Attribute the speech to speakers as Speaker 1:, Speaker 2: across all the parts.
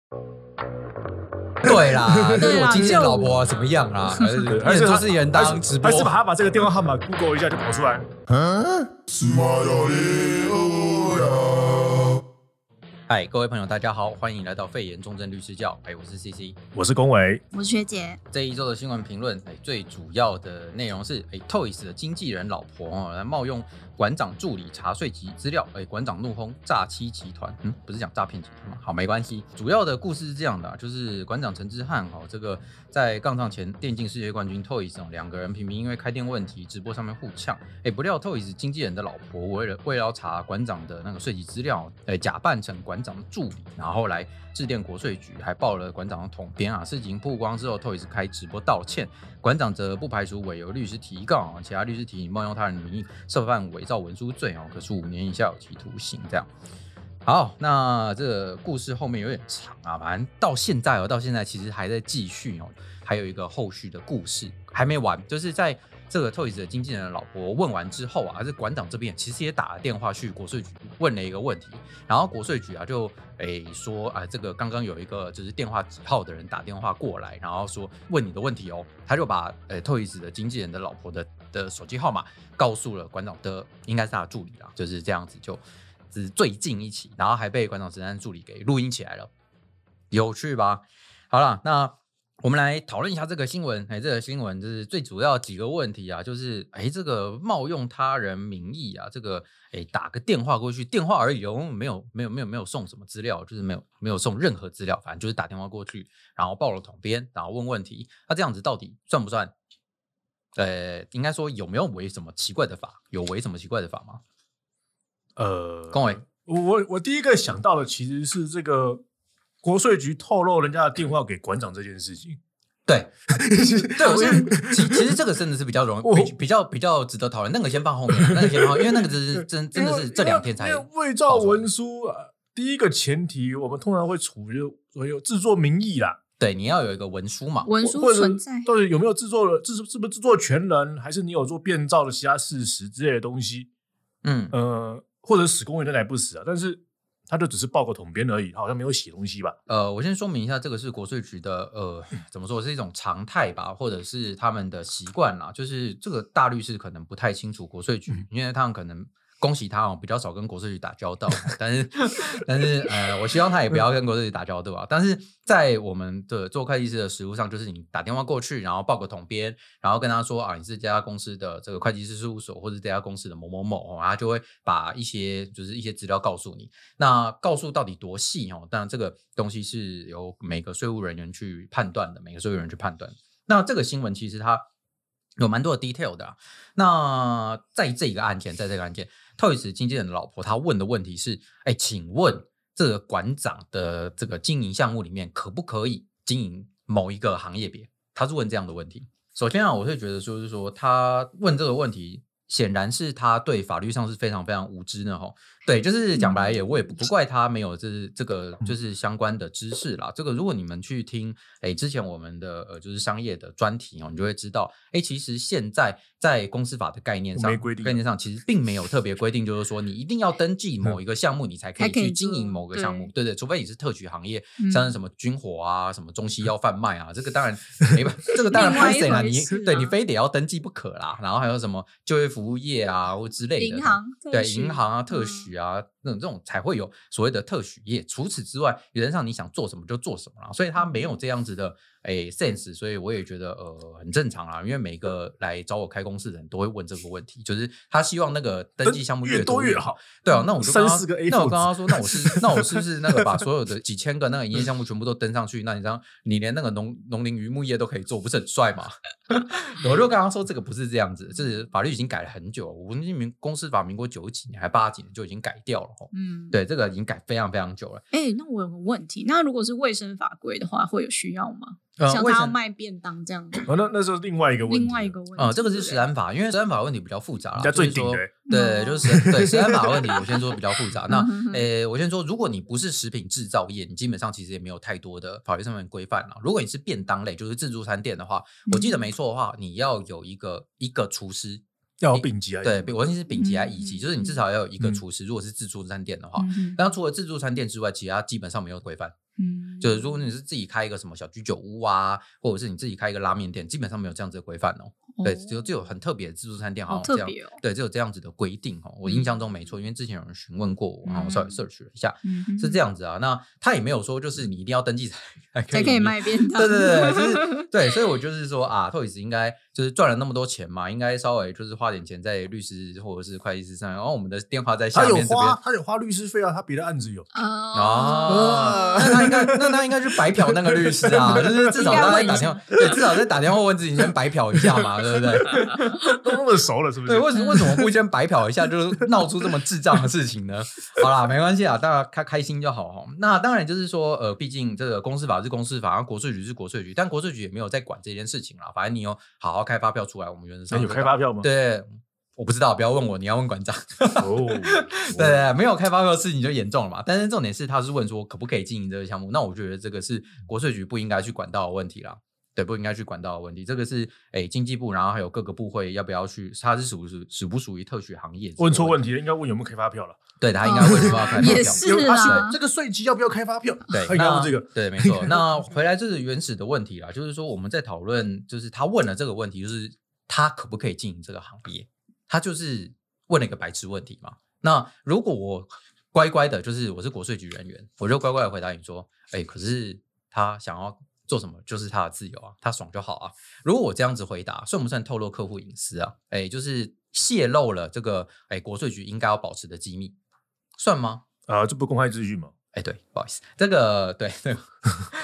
Speaker 1: 对啦，就是我
Speaker 2: 啦
Speaker 1: 今天
Speaker 2: 就
Speaker 1: 老婆啊怎么样啦？而
Speaker 3: 对
Speaker 1: 且
Speaker 3: 还是
Speaker 1: 主
Speaker 3: 他
Speaker 1: 持人当直播
Speaker 3: 还，是把他把这个电话号码 Google 一下就跑出来。
Speaker 1: 嗨，各位朋友，大家好，欢迎来到肺炎重症律师教。哎，我是 CC。
Speaker 3: 我是龚维，
Speaker 2: 我是学姐，
Speaker 1: 这一周的新闻评论，哎，最主要的内容是，哎，Toys 的经纪人老婆哦，来冒用馆长助理查税及资料，哎，馆长怒轰诈欺集团，嗯，不是讲诈骗集团吗？好，没关系。主要的故事是这样的、啊，就是馆长陈之汉哦，这个在杠上前电竞世界冠军 Toys 哦，两个人频频因为开店问题直播上面互呛，哎，不料 Toys 经纪人的老婆为了为了要查馆长的那个税籍资料，哎，假扮成馆长的助理，然后来致电国税局，还报了馆长的统编啊。事情曝光之后，Toys 开直播道歉，馆长则不排除委由律师提告啊，其他律师提冒用他人的名义涉犯伪造文书罪哦，可处五年以下有期徒刑这样。好，那这个故事后面有点长啊，反正到现在哦，到现在其实还在继续哦，还有一个后续的故事还没完，就是在这个 Toys 的经纪人的老婆问完之后啊，这馆长这边其实也打了电话去国税局问了一个问题，然后国税局啊就诶说啊，这个刚刚有一个就是电话几号的人打电话过来，然后说问你的问题哦，他就把呃 Toys 的经纪人的老婆的的手机号码告诉了馆长的，应该是他的助理啦，就是这样子就只最近一起，然后还被馆长陈安助理给录音起来了，有趣吧？好了，那我们来讨论一下这个新闻。哎，这个新闻就是最主要几个问题啊，就是哎，这个冒用他人名义啊，这个哎打个电话过去，电话而已哦，没有没有没有没有送什么资料，就是没有没有送任何资料，反正就是打电话过去，然后报了统编，然后问问题，那这样子到底算不算？呃，应该说有没有违什么奇怪的法？有违什么奇怪的法吗？
Speaker 3: 呃，
Speaker 1: 龚伟，
Speaker 3: 我我我第一个想到的其实是这个国税局透露人家的电话给馆长这件事情。
Speaker 1: 对，对，我
Speaker 3: 我
Speaker 1: 觉
Speaker 3: 是
Speaker 1: 得其其实这个真的是比较容易，比比较比较值得讨论。那个先放后面，那个先放后面，因为那个真是真真的
Speaker 3: 因
Speaker 1: 是
Speaker 3: 为
Speaker 1: 这两天才
Speaker 3: 因为因为伪造文书、呃第一个前提，我们通常会处于所有制作名义啦，
Speaker 1: 对，你要有一个文书嘛。
Speaker 2: 文
Speaker 3: 或
Speaker 2: 书
Speaker 3: 者
Speaker 2: 存在，
Speaker 3: 到底有没有制作的制是不是制作权人，还是你有做变造的其他事实之类的东西？
Speaker 1: 嗯，
Speaker 3: 呃，或者史公文都来不死啊，但是他就只是报个统编而已，他好像没有写东西吧？
Speaker 1: 呃，我先说明一下，这个是国税局的呃，怎么说是一种常态吧，或者是他们的习惯啦。就是这个大律师可能不太清楚国税局，因为他们可能。恭喜他哦，比较少跟国税局打交道，哦但是但是呃，我希望他也不要跟国税局打交道啊。但是在我们的做会计师的实务上，就是你打电话过去，然后报个统编，然后跟他说啊，你是这家公司的这个会计师事务所，或者这家公司的某某某，哦然后他就会把一些就是一些资料告诉你。那告诉到底多细哦？当然，这个东西是由每个税务人员去判断的，每个税务人员去判断。那这个新闻其实它有蛮多的 detail 的啊、那在这个案件，在这个案件，Toys 经纪人的老婆她问的问题是：哎，请问这个馆长的这个经营项目里面，可不可以经营某一个行业别？他是问这样的问题。首先啊，我会觉得说，就是说他问这个问题，显然是他对法律上是非常非常无知呢。吼，对，就是讲白了也，我也不不怪他没有这这个就是相关的知识啦。这个如果你们去听，哎，之前我们的呃就是商业的专题哦，你就会知道，哎，其实现在在公司法的概念上，
Speaker 3: 没规定啊
Speaker 1: 概念上其实并没有特别规定，就是说你一定要登记某一个项目，你才可以
Speaker 2: 才可以
Speaker 1: 去经营
Speaker 2: 做
Speaker 1: 某个项目。对对，除非你是特许行业，
Speaker 2: 嗯
Speaker 1: 像是什么军火啊、什么中
Speaker 3: 嗯
Speaker 1: 西药贩卖啊，这个当然没 办，这个当然
Speaker 2: 另外
Speaker 1: 拍
Speaker 2: 一
Speaker 1: 谁啦，
Speaker 2: 回
Speaker 1: 你
Speaker 2: 事
Speaker 1: 对
Speaker 2: 啊
Speaker 1: 你非得要登记不可啦。然后还有什么就业服务业啊或之类的
Speaker 2: 银行
Speaker 1: 对银行啊、特，
Speaker 2: 特许
Speaker 1: 许啊那种这种才会有所谓的特许业。除此之外，原则上你想做什么就做什么啦，所以他没有这样子的诶 sense，所以我也觉得呃很正常啦，因为每个来找我开公司的人都会问这个问题，就是他希望那个登记项目
Speaker 3: 越
Speaker 1: 多
Speaker 3: 多越好。
Speaker 1: 对啊，那我就跟
Speaker 3: 三
Speaker 1: 他
Speaker 3: 四个 A4
Speaker 1: 那我跟他说， 那我是那我是不是那个把所有的几千个那个营业项目全部都登上去？那你这样，你连那个农农林渔牧业都可以做，不是很帅吗？ 我就跟他说，这个不是这样子，就是法律已经改了很久了，我们民公司法民国九几年还八几年就已经改掉了哦。
Speaker 2: 嗯，
Speaker 1: 对，这个已经改非常非常久了。
Speaker 2: 哎、那我有个问题，那如果是卫生法规的话，会有需要吗？
Speaker 1: 呃
Speaker 2: 像
Speaker 1: 卫
Speaker 2: 他要
Speaker 1: 生
Speaker 2: 卖便当这样子，
Speaker 3: 哦，那那是另外一个问题，
Speaker 2: 另外一个问题，
Speaker 1: 呃，这个是
Speaker 2: 对不对
Speaker 1: 食安法，因为食安法问题比较复杂啦，
Speaker 3: 人家
Speaker 1: 就是
Speaker 3: 最顶
Speaker 1: 说
Speaker 3: 的欸
Speaker 1: 对，就是 食对食安法问题，我先说比较复杂。那
Speaker 2: 嗯哼哼
Speaker 1: 呃，我先说，如果你不是食品制造业，你基本上其实也没有太多的法律上面的规范了。如果你是便当类，就是自助餐店的话，我
Speaker 2: 嗯
Speaker 1: 记得没错的话，你要有一个一个厨师，
Speaker 3: 要有丙级啊，
Speaker 1: 对，比我先是丙级还是乙
Speaker 2: 嗯
Speaker 1: 级，
Speaker 2: 嗯
Speaker 1: 就是你至少要有一个
Speaker 3: 嗯
Speaker 1: 厨师。如果是自助餐店的话，
Speaker 2: 嗯哼
Speaker 1: 那除了自助餐店之外，其他基本上没有规范。
Speaker 2: 嗯，
Speaker 1: 就是如果你是自己开一个什么小居酒屋啊，或者是你自己开一个拉面店，基本上没有这样子的规范哦。对，只有只有很特别的自助餐店，好
Speaker 2: 好
Speaker 1: 像
Speaker 2: 特
Speaker 1: 这样，
Speaker 2: 别哦，
Speaker 1: 对，只有这样子的规定哦。我
Speaker 2: 嗯
Speaker 1: 印象中没错，因为之前有人询问过我，然后我稍微
Speaker 2: 嗯
Speaker 1: search 了一下，
Speaker 2: 嗯哼
Speaker 1: 是这样子啊。那他也没有说就是你一定要登记才 才可以
Speaker 2: 才可以
Speaker 1: 营业
Speaker 2: 卖便当，
Speaker 1: 对对对， 就是对，所以我就是说啊，Toys 应该就是赚了那么多钱嘛，应该稍微就是花点钱在律师或者是会计师上，然后我们的电话在下
Speaker 3: 他有
Speaker 1: 面这边
Speaker 3: 花，。他有花律师费啊，他别的案子 有。
Speaker 2: 哦啊，
Speaker 1: 哦，那他应该，那他应该去白嫖那个律师啊，就是至少他在打电话，对，至少在打电话问自己先白嫖一下嘛，对不对？
Speaker 3: 都那么熟了，是不
Speaker 1: 对，为什为什么不先白嫖一下，就是闹出这么智障的事情 呢？好啦，没关系啊，大家开开心就好哈。那当然就是说，呃，毕竟这个公司法是公司法，然后国税局是国税局，但国税局也没有在管这件事情啦。反正你有好好开发票出来，我们原则上
Speaker 3: 哎有
Speaker 1: 就
Speaker 3: 开
Speaker 1: 搞
Speaker 3: 发票吗？
Speaker 1: 对。我不知道，不要问我，你要问馆长。
Speaker 3: 哦，
Speaker 1: 对啊对，没有开发票的事情就严重了嘛。但是重点是，他是问说可不可以经营这个项目，那我觉得这个是国税局不应该去管到的问题啦。对，不应该去管到的问题，这个是诶经济部，然后还有各个部会要不要去，它是属不属属不属于特许行业？
Speaker 3: 问错问，题了，应该问有没有开发票了。
Speaker 1: 对，他应该问什么要开发票？
Speaker 2: 也是
Speaker 3: 有他
Speaker 2: 啦啊
Speaker 3: 是这个税基要不要开发票？
Speaker 1: 对，
Speaker 3: 他应该
Speaker 1: 那
Speaker 3: 问这个。
Speaker 1: 对，没错。那回来就是原始的问题啦，就是说我们在讨论，就是他问了这个问题，就是他可不可以经营这个行业？他就是问了一个白痴问题嘛。那如果我乖乖的，就是我是国税局人员，我就乖乖的回答你说，哎、可是他想要做什么，就是他的自由啊，他爽就好啊。如果我这样子回答，算不算透露客户隐私啊？哎、就是泄露了这个哎、国税局应该要保持的机密，算吗？
Speaker 3: 啊，这不公开资讯吗？
Speaker 1: 哎，对，不好意思，这个对对，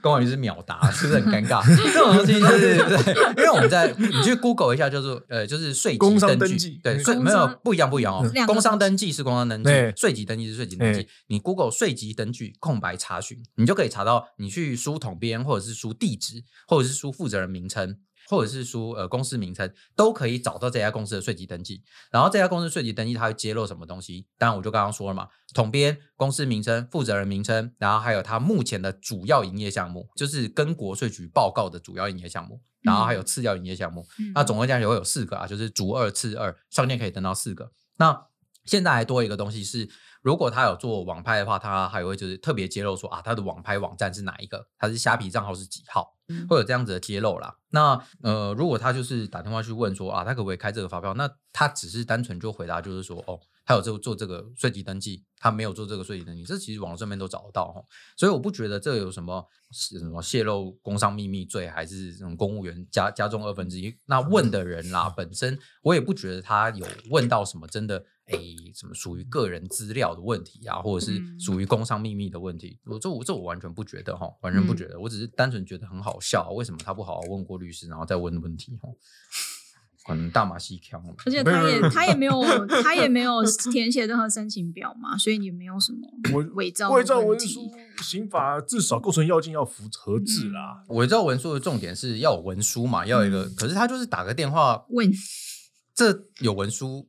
Speaker 1: 公文是秒答，是不是很尴 尬？这种东西就是对，因为我们在你去 Google 一下，就是呃，就是税籍
Speaker 3: 工商
Speaker 1: 登
Speaker 3: 登记
Speaker 1: 对
Speaker 3: 嗯
Speaker 1: 税
Speaker 2: 工
Speaker 1: 没有
Speaker 2: 商
Speaker 1: 不一样不一样哦
Speaker 2: 嗯，两个
Speaker 1: 工商登记是工商登记
Speaker 3: 对，
Speaker 1: 税籍登记是税籍登记
Speaker 3: 哎。
Speaker 1: 你 Google 税籍登记空白查询，你就可以查到你去输统编或者是输地址，或者是输负责人名称。或者是输呃公司名称都可以找到这家公司的税籍登记，然后这家公司税籍登记它会揭露什么东西？当然我就刚刚说了嘛，统编、公司名称、负责人名称，然后还有它目前的主要营业项目，就是跟国税局报告的主要营业项目，然后还有次要营业项目。
Speaker 2: 嗯
Speaker 1: 那总共加起来会有四个啊，就是逐二次二，上限可以登到四个。那现在还多一个东西是，如果他有做网拍的话，他还会就是特别揭露说啊，他的网拍网站是哪一个，他是虾皮账号是几号，
Speaker 2: 嗯
Speaker 1: 会有这样子的揭露啦。那呃，如果他就是打电话去问说啊，他可不可以开这个发票？那他只是单纯就回答就是说哦，他有做做这个税籍登记，他没有做这个税籍登记，这其实网络上面都找得到哦。所以我不觉得这有什么是什么泄露工商秘密罪，还是这种公务员加加重二分之一。那问的人啦，本身我也不觉得他有问到什么真的诶、什么属于个人资料的问题啊，或者是
Speaker 2: 嗯
Speaker 1: 属于工商秘密的问题。我这我这我完全不觉得哈，完全不
Speaker 2: 嗯
Speaker 1: 觉得。我只是单纯觉得很好笑啊，为什么他不好好问过律师，然后再问问题哈？可能大马戏腔了。
Speaker 2: 而且
Speaker 3: 没
Speaker 2: 他
Speaker 3: 有
Speaker 2: 也他也没
Speaker 3: 没有
Speaker 2: 有 他也没有填写任何申请表嘛，所以也没有什么
Speaker 3: 我
Speaker 2: 伪造
Speaker 3: 伪
Speaker 2: 的
Speaker 3: 造
Speaker 2: 问
Speaker 3: 文
Speaker 2: 题
Speaker 3: 书。，刑法至少构成要件要符合制
Speaker 2: 嗯
Speaker 3: 啦。
Speaker 1: 我知道文书的重点是要有文书嘛，要有一个，
Speaker 3: 嗯
Speaker 1: 可是他就是打个电话
Speaker 2: 问
Speaker 1: 这有文书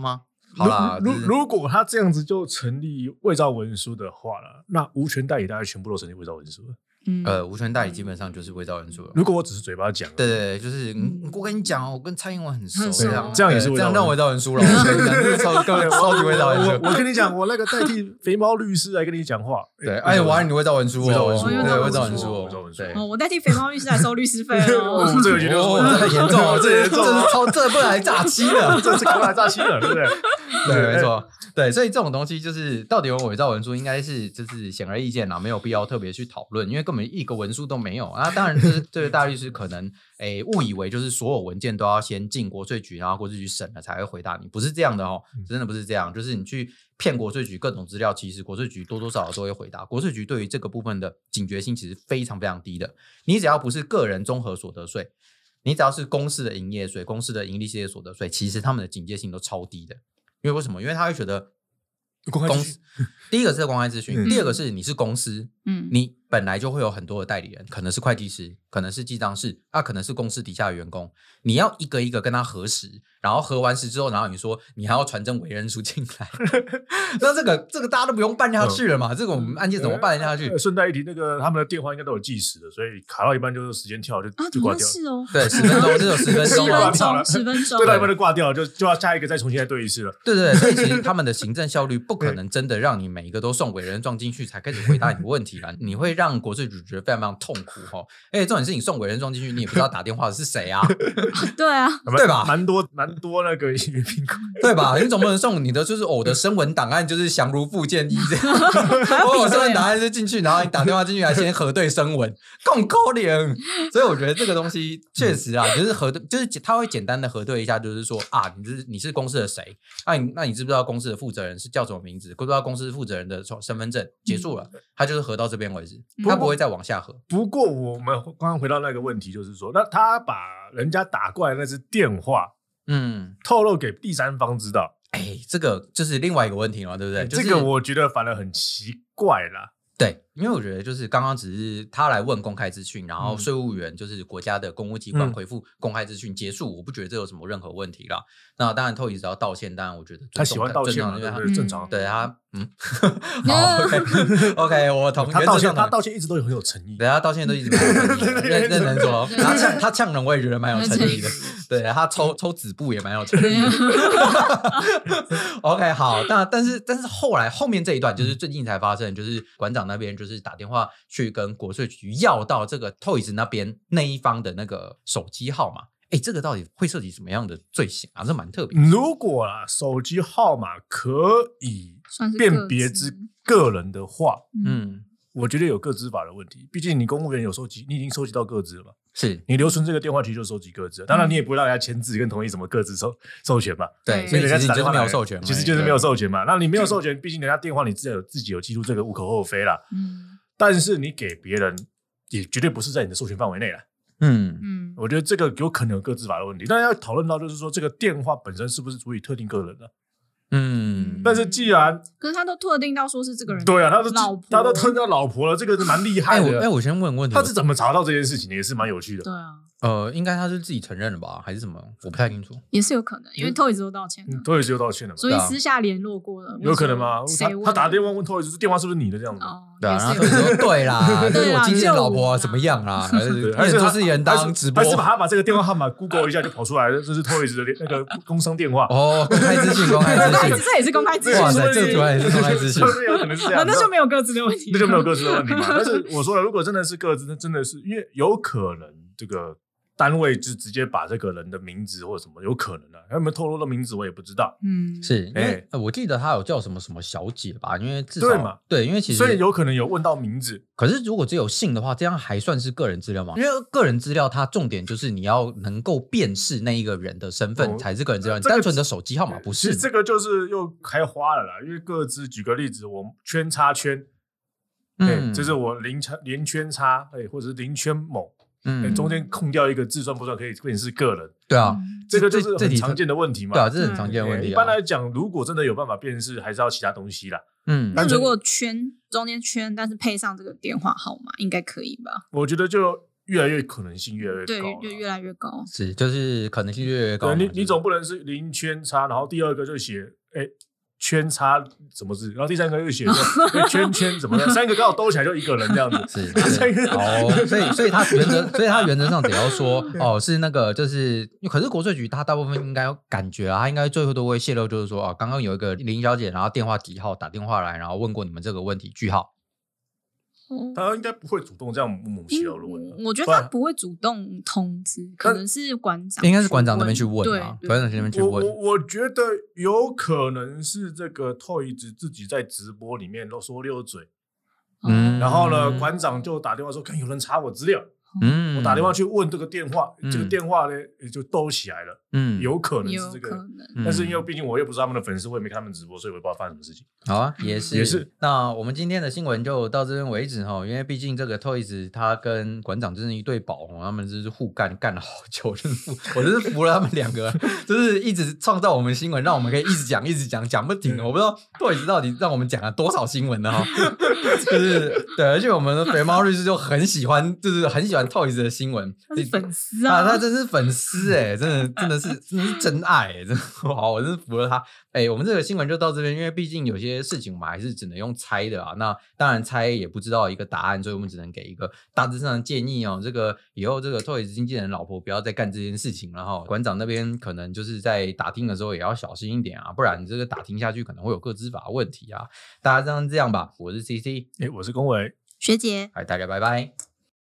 Speaker 1: 吗？好啦，
Speaker 3: 如
Speaker 1: 就
Speaker 3: 如
Speaker 1: 是
Speaker 3: 如果他这样子就成立伪造文书的话了，那无权代理大概全部都成立伪造文书了。
Speaker 2: 嗯
Speaker 1: 呃，无权代理基本上就是伪造文书了。
Speaker 3: 如果我只是嘴巴讲，
Speaker 1: 对对对，就是嗯我跟你讲哦，我跟蔡英文很熟，
Speaker 2: 很
Speaker 1: 这样
Speaker 2: 熟
Speaker 3: 这样也是
Speaker 1: 对
Speaker 3: 伪
Speaker 1: 这样
Speaker 3: 造文
Speaker 1: 让伪造文书了，我跟你讲这是 超 根本超级伪造文
Speaker 3: 啊我
Speaker 1: 书。
Speaker 3: 我跟你讲，我那个代替肥猫律师来跟你讲话。
Speaker 1: 对，哎，我爱你伪造文书哦，
Speaker 3: 伪造文书
Speaker 1: 对，伪造
Speaker 2: 伪造
Speaker 1: 文
Speaker 2: 文
Speaker 1: 书
Speaker 2: 书
Speaker 1: 哦，
Speaker 3: 伪造文书
Speaker 1: 对。
Speaker 2: 哦，我代替肥猫律师来收律师费
Speaker 3: 哦
Speaker 2: 哦，
Speaker 3: 这个绝对是伪
Speaker 1: 哦
Speaker 3: 造
Speaker 1: 这很严重哦，这
Speaker 3: 这
Speaker 1: 严
Speaker 3: 严
Speaker 1: 重，
Speaker 3: 重啊
Speaker 1: 这是超，这不能来诈欺了。
Speaker 3: 这是搞来诈欺了，对不对？
Speaker 1: 对，没错， 对，所以这种东西就是到底有没有伪造文书，应该是就是显而易见啦，没有必要特别去讨论，因为根本一个文书都没有啊。当然，就是这个大律师可能诶误以为就是所有文件都要先进国税局，然后国税局审了才会回答你，不是这样的哦，真的不是这样，就是你去骗国税局各种资料，其实国税局多多少少都会回答。国税局对于这个部分的警觉性其实非常非常低的，你只要不是个人综合所得税。你只要是公司的营业税、公司的盈利事业所得税，其实他们的警戒性都超低的。因为为什么？因为他会觉得
Speaker 3: 公开
Speaker 1: 公
Speaker 3: 资
Speaker 1: 司
Speaker 3: 讯
Speaker 1: 第一个是公开咨询，
Speaker 3: 嗯
Speaker 1: 第二个是你是公司，
Speaker 2: 嗯，
Speaker 1: 你本来就会有很多的代理人，可能是会计师，可能是记账师，啊，可能是公司底下的员工，你要一个一个跟他核实，然后核完实之后，然后你说你还要传真委任书进来， 那这个这个大家都不用办
Speaker 3: 嗯
Speaker 1: 下去了嘛？这个我们案件怎么办下去
Speaker 3: 呃？顺带一提，那个他们的电话应该都有计时的，所以卡到一半就是时间跳就
Speaker 2: 啊，
Speaker 3: 就
Speaker 2: 怎
Speaker 3: 挂
Speaker 2: 么
Speaker 3: 掉了。
Speaker 2: 是哦？
Speaker 1: 对，十分钟，这有十分
Speaker 2: 十
Speaker 1: 钟
Speaker 3: 挂
Speaker 1: 啊
Speaker 2: 分
Speaker 3: 掉
Speaker 2: 钟，
Speaker 3: 了
Speaker 2: 十分钟
Speaker 3: 对，到一半就挂掉了，就就要下一个再重新再对一次了。
Speaker 1: 对对，对所以其实他们的行政效率不可能真的让你每一个都送委人状进去才开始回答你问题啦，你会让国税局觉得非常非常痛苦哦。而且重点是你送委任状进去，你也不知道打电话的是谁啊，
Speaker 2: 对啊，
Speaker 1: 对吧
Speaker 3: 蛮多蛮多那个云评估，
Speaker 1: 对吧？你总不能送你的就是我的声纹档案就是详如附件一这样，
Speaker 2: 还要
Speaker 1: 我
Speaker 2: 比
Speaker 1: 的声纹
Speaker 2: 对
Speaker 1: 档
Speaker 2: 啊，
Speaker 1: 案就进去，然后你打电话进去还先核对声纹，更高脸。所以我觉得这个东西
Speaker 3: 嗯
Speaker 1: 确实啊，就是核对，就是他会简单的核对一下，就是说啊，你是你是公司的谁？那、你那你知不知道公司的负责人是叫什么名字？不知道公司负责人的身份证？结束了，他就是核到这边为止，
Speaker 2: 嗯
Speaker 1: 他不会再往下核。
Speaker 3: 不过我们刚刚回到那个问题，就是说，那他把人家打过来那只电话
Speaker 1: 嗯，
Speaker 3: 透露给第三方知道，
Speaker 1: 哎，这个就是另外一个问题了，对不对？就是
Speaker 3: 哎这个我觉得反而很奇怪啦。
Speaker 1: 对，因为我觉得就是刚刚只是他来问公开资讯，然后
Speaker 3: 嗯
Speaker 1: 税务员就是国家的公务机关
Speaker 3: 嗯
Speaker 1: 回复公开资讯结束，我不觉得这有什么任何问题啦。那当然，透一只要道歉，当然我觉得
Speaker 3: 他喜欢道歉嘛，
Speaker 1: 因为
Speaker 3: 对
Speaker 1: 他
Speaker 3: 不
Speaker 2: 嗯
Speaker 3: 对？正常。
Speaker 1: 对他，嗯，好 ，OK，OK，我同
Speaker 3: 他道歉，他
Speaker 1: 道，
Speaker 3: 道歉一直都很有诚意。
Speaker 1: 等下道歉都一直没有诚意认认真说，
Speaker 2: 对
Speaker 1: 他呛他呛人，我也觉得蛮有
Speaker 2: 蛮
Speaker 1: 诚
Speaker 2: 诚
Speaker 1: 意
Speaker 2: 意
Speaker 1: 的。对他抽抽纸布也蛮有诚意的。OK，好， 那但是但是后来后面这一段就是最近才发生，就是馆长那边就是打电话去跟国税局要到这个 Toys 那边那一方的那个手机号码。哎，这个到底会涉及什么样的罪行啊？这蛮特别的。
Speaker 3: 如果啊，手机号码可以
Speaker 2: 算是
Speaker 3: 辨
Speaker 2: 各
Speaker 3: 别
Speaker 2: 自
Speaker 3: 之个人的话，
Speaker 2: 嗯，
Speaker 1: 嗯，
Speaker 3: 我觉得有个资法的问题。毕竟你公务员有收集，你已经收集到个资了嘛，
Speaker 1: 是
Speaker 3: 你留存这个电话其实就收集个资了。
Speaker 1: 嗯
Speaker 3: 当然，你也不会让人家签字跟同意什么个资授授权嘛，
Speaker 1: 对，
Speaker 2: 对
Speaker 1: 所以其
Speaker 3: 人家
Speaker 1: 实
Speaker 3: 只
Speaker 1: 你
Speaker 3: 打
Speaker 1: 就是
Speaker 3: 电话
Speaker 1: 没
Speaker 3: 来
Speaker 1: 有授权而已，
Speaker 3: 其实就是没
Speaker 1: 对
Speaker 3: 有
Speaker 1: 啊嗯
Speaker 3: 授权嘛。那你没有授权，毕竟人家电话你自己有自己有记录，这个无可厚非啦。
Speaker 2: 嗯
Speaker 3: 但是你给别人，也绝对不是在你的授权范围内了。
Speaker 1: 嗯
Speaker 2: 嗯，
Speaker 3: 我觉得这个有可能有个资法的问题，但要讨论到就是说，这个电话本身是不是属于特定个人的？
Speaker 1: 嗯，
Speaker 3: 但是既然
Speaker 2: 可是他都特定到说是这个人，
Speaker 3: 对啊，他都
Speaker 2: 嗯老婆
Speaker 3: 他都吞到老婆了，这个是蛮厉害
Speaker 1: 哎，我哎，
Speaker 3: 的。
Speaker 1: 我先问个问题，
Speaker 3: 他是怎么查到这件事情的，也是蛮有趣的。
Speaker 2: 对啊，
Speaker 1: 呃，应该他是自己承认了吧，还是什么？我不太清楚。
Speaker 2: 也是有可能，因为 Toys 都道歉了
Speaker 3: 嗯，托也只有道歉了嘛，
Speaker 2: 所以
Speaker 1: 对啊
Speaker 2: 私下联络过了，
Speaker 3: 有可能吗
Speaker 2: 问？
Speaker 3: 他
Speaker 2: 说谁问
Speaker 3: 他打电话问托也是电话是不是你的这样子？
Speaker 2: 哦，
Speaker 1: 对啊，然后
Speaker 2: 也
Speaker 1: 他
Speaker 2: 是有
Speaker 1: 说对 啦，这是
Speaker 2: 对
Speaker 1: 我
Speaker 2: 啦
Speaker 1: 今天的老婆啊
Speaker 2: 就我
Speaker 1: 怎么样啦？还是
Speaker 3: 啊对，还是
Speaker 1: 做
Speaker 3: 他
Speaker 1: 自己人当直播
Speaker 3: 还，是把他把这个电话号码 Google 一下就跑出来了，这是托也斯的那个 工商电话。
Speaker 1: 哦，公开资讯，公开
Speaker 2: 公开
Speaker 1: 资
Speaker 2: 资
Speaker 1: 讯，
Speaker 2: 这也是公开资讯，
Speaker 1: 哇塞这个突然也是公开资讯
Speaker 3: 是不是有可能是这样
Speaker 2: 啊，，那就没有各自的问题，
Speaker 3: 那 就没有各自的问题嘛。但是我说了，如果真的是各自，那真的是因为有可能这个单位就直接把这个人的名字或者什么，有可能啊，他们透露的名字我也不知道，
Speaker 2: 嗯，
Speaker 1: 是因为
Speaker 3: 哎
Speaker 1: 呃我记得他有叫什么什么小姐吧，因为至
Speaker 3: 对嘛
Speaker 1: 少对，因为其实
Speaker 3: 所以有可能有问到名字。
Speaker 1: 可是如果只有姓的话，这样还算是个人资料吗？因为个人资料它重点就是你要能够辨识那一个人的身份
Speaker 3: 哦
Speaker 1: 才是个人资料，你
Speaker 3: 这个
Speaker 1: 单纯的手机号码不
Speaker 3: 其
Speaker 1: 是
Speaker 3: 实。这个就是又开花了啦，因为各自举个例子，我圈叉圈，哎，
Speaker 1: 嗯，
Speaker 3: 这是我零圈零圈叉，哎，或者是零圈某，哎，
Speaker 1: 嗯，
Speaker 3: 中间空掉一个字算不算可以变成是个人？
Speaker 1: 对啊，
Speaker 3: 这个就
Speaker 1: 这
Speaker 3: 是
Speaker 1: 这
Speaker 3: 很
Speaker 1: 题
Speaker 3: 常见的问题嘛。
Speaker 1: 对啊，这是很常见的问
Speaker 3: 哎
Speaker 1: 题啊。
Speaker 3: 一般来讲，如果真的有办法辨识，还是要其他东西啦。
Speaker 1: 嗯
Speaker 2: 那如果圈中间圈，但是配上这个电话号码，应该可以吧？
Speaker 3: 我觉得就越来越可能性越来越
Speaker 2: 对
Speaker 3: 高了，
Speaker 2: 就越来越高。
Speaker 1: 是就是可能性越来越高嘛。
Speaker 3: 对你
Speaker 1: 就是
Speaker 3: 你总不能是零圈叉，然后第二个就写哎圈叉什么字，然后第三个又写说哎圈圈怎么样，三个刚好兜起来就一个人这样 子。
Speaker 1: 是
Speaker 3: 这
Speaker 1: 是
Speaker 3: 个
Speaker 1: 哦，所以所以他原则，所以他原则上只要说哦是那个就是，可是国税局他大部分应该感觉啊，他应该最后都会泄露，就是说哦，刚刚有一个林小姐，然后电话几号打电话来，然后问过你们这个问题，句号。
Speaker 2: 哦
Speaker 3: 他应该不会主动这样母
Speaker 2: 因
Speaker 3: 系哦
Speaker 2: 为
Speaker 3: 而论的，
Speaker 2: 我觉得
Speaker 3: 不
Speaker 2: 他
Speaker 3: 然
Speaker 2: 不会主动通知，可能是馆长，
Speaker 1: 应该是馆长那边去问
Speaker 2: 对
Speaker 1: 啊，，
Speaker 2: 对
Speaker 1: 馆长那边去
Speaker 3: 我
Speaker 1: 问
Speaker 3: 我。我觉得有可能是这个 Toys 自己在直播里面都说溜嘴，
Speaker 1: 嗯
Speaker 3: 然后呢，
Speaker 1: 嗯
Speaker 3: 馆长就打电话说，看有人查我资料，
Speaker 1: 嗯，
Speaker 3: 我打电话，去问这个电话，这个
Speaker 1: 嗯
Speaker 3: 电话呢也就兜起来了，
Speaker 1: 嗯，
Speaker 3: 有可能
Speaker 2: 有
Speaker 3: 是这
Speaker 2: 可
Speaker 3: 个。
Speaker 2: 能，
Speaker 1: 嗯，
Speaker 3: 但是因为毕竟我又不是他们的粉丝，我也没看他们直播，所以我也不知道发生什么事情。
Speaker 1: 好啊，也是
Speaker 3: 也是。
Speaker 1: 那我们今天的新闻就到这边为止哈，因为毕竟这个 Toys 他跟馆长真是一对宝哦，他们真是互干干了好久，真是服， 我真是服了他们两个，就是一直创造我们新闻，让我们可以一直讲一直讲讲不停哦。我不知道 Toys 到底让我们讲了多少新闻呢哈， 就是对，而且我们的肥猫律师就很喜欢，就是很喜欢 Toys 的新闻，
Speaker 2: 他是粉丝
Speaker 1: 啊，他
Speaker 2: 啊，
Speaker 1: 真是粉丝哎、真的真的是真的是真爱、欸，真的哇，我真是服了他哎、我们这个新闻就到这边，因为毕竟有些事情我们还是只能用猜的啊。那当然猜也不知道一个答案，所以我们只能给一个大致上的建议哦。这个以后这个 Toys 经纪人老婆不要再干这件事情了哈。馆长那边可能就是在打听的时候也要小心一点啊，不然你这个打听下去可能会有各执法问题啊。大家这样这样吧，我是 CC，
Speaker 3: 哎、我是龚维，
Speaker 2: 学姐，
Speaker 1: 哎，大家拜拜。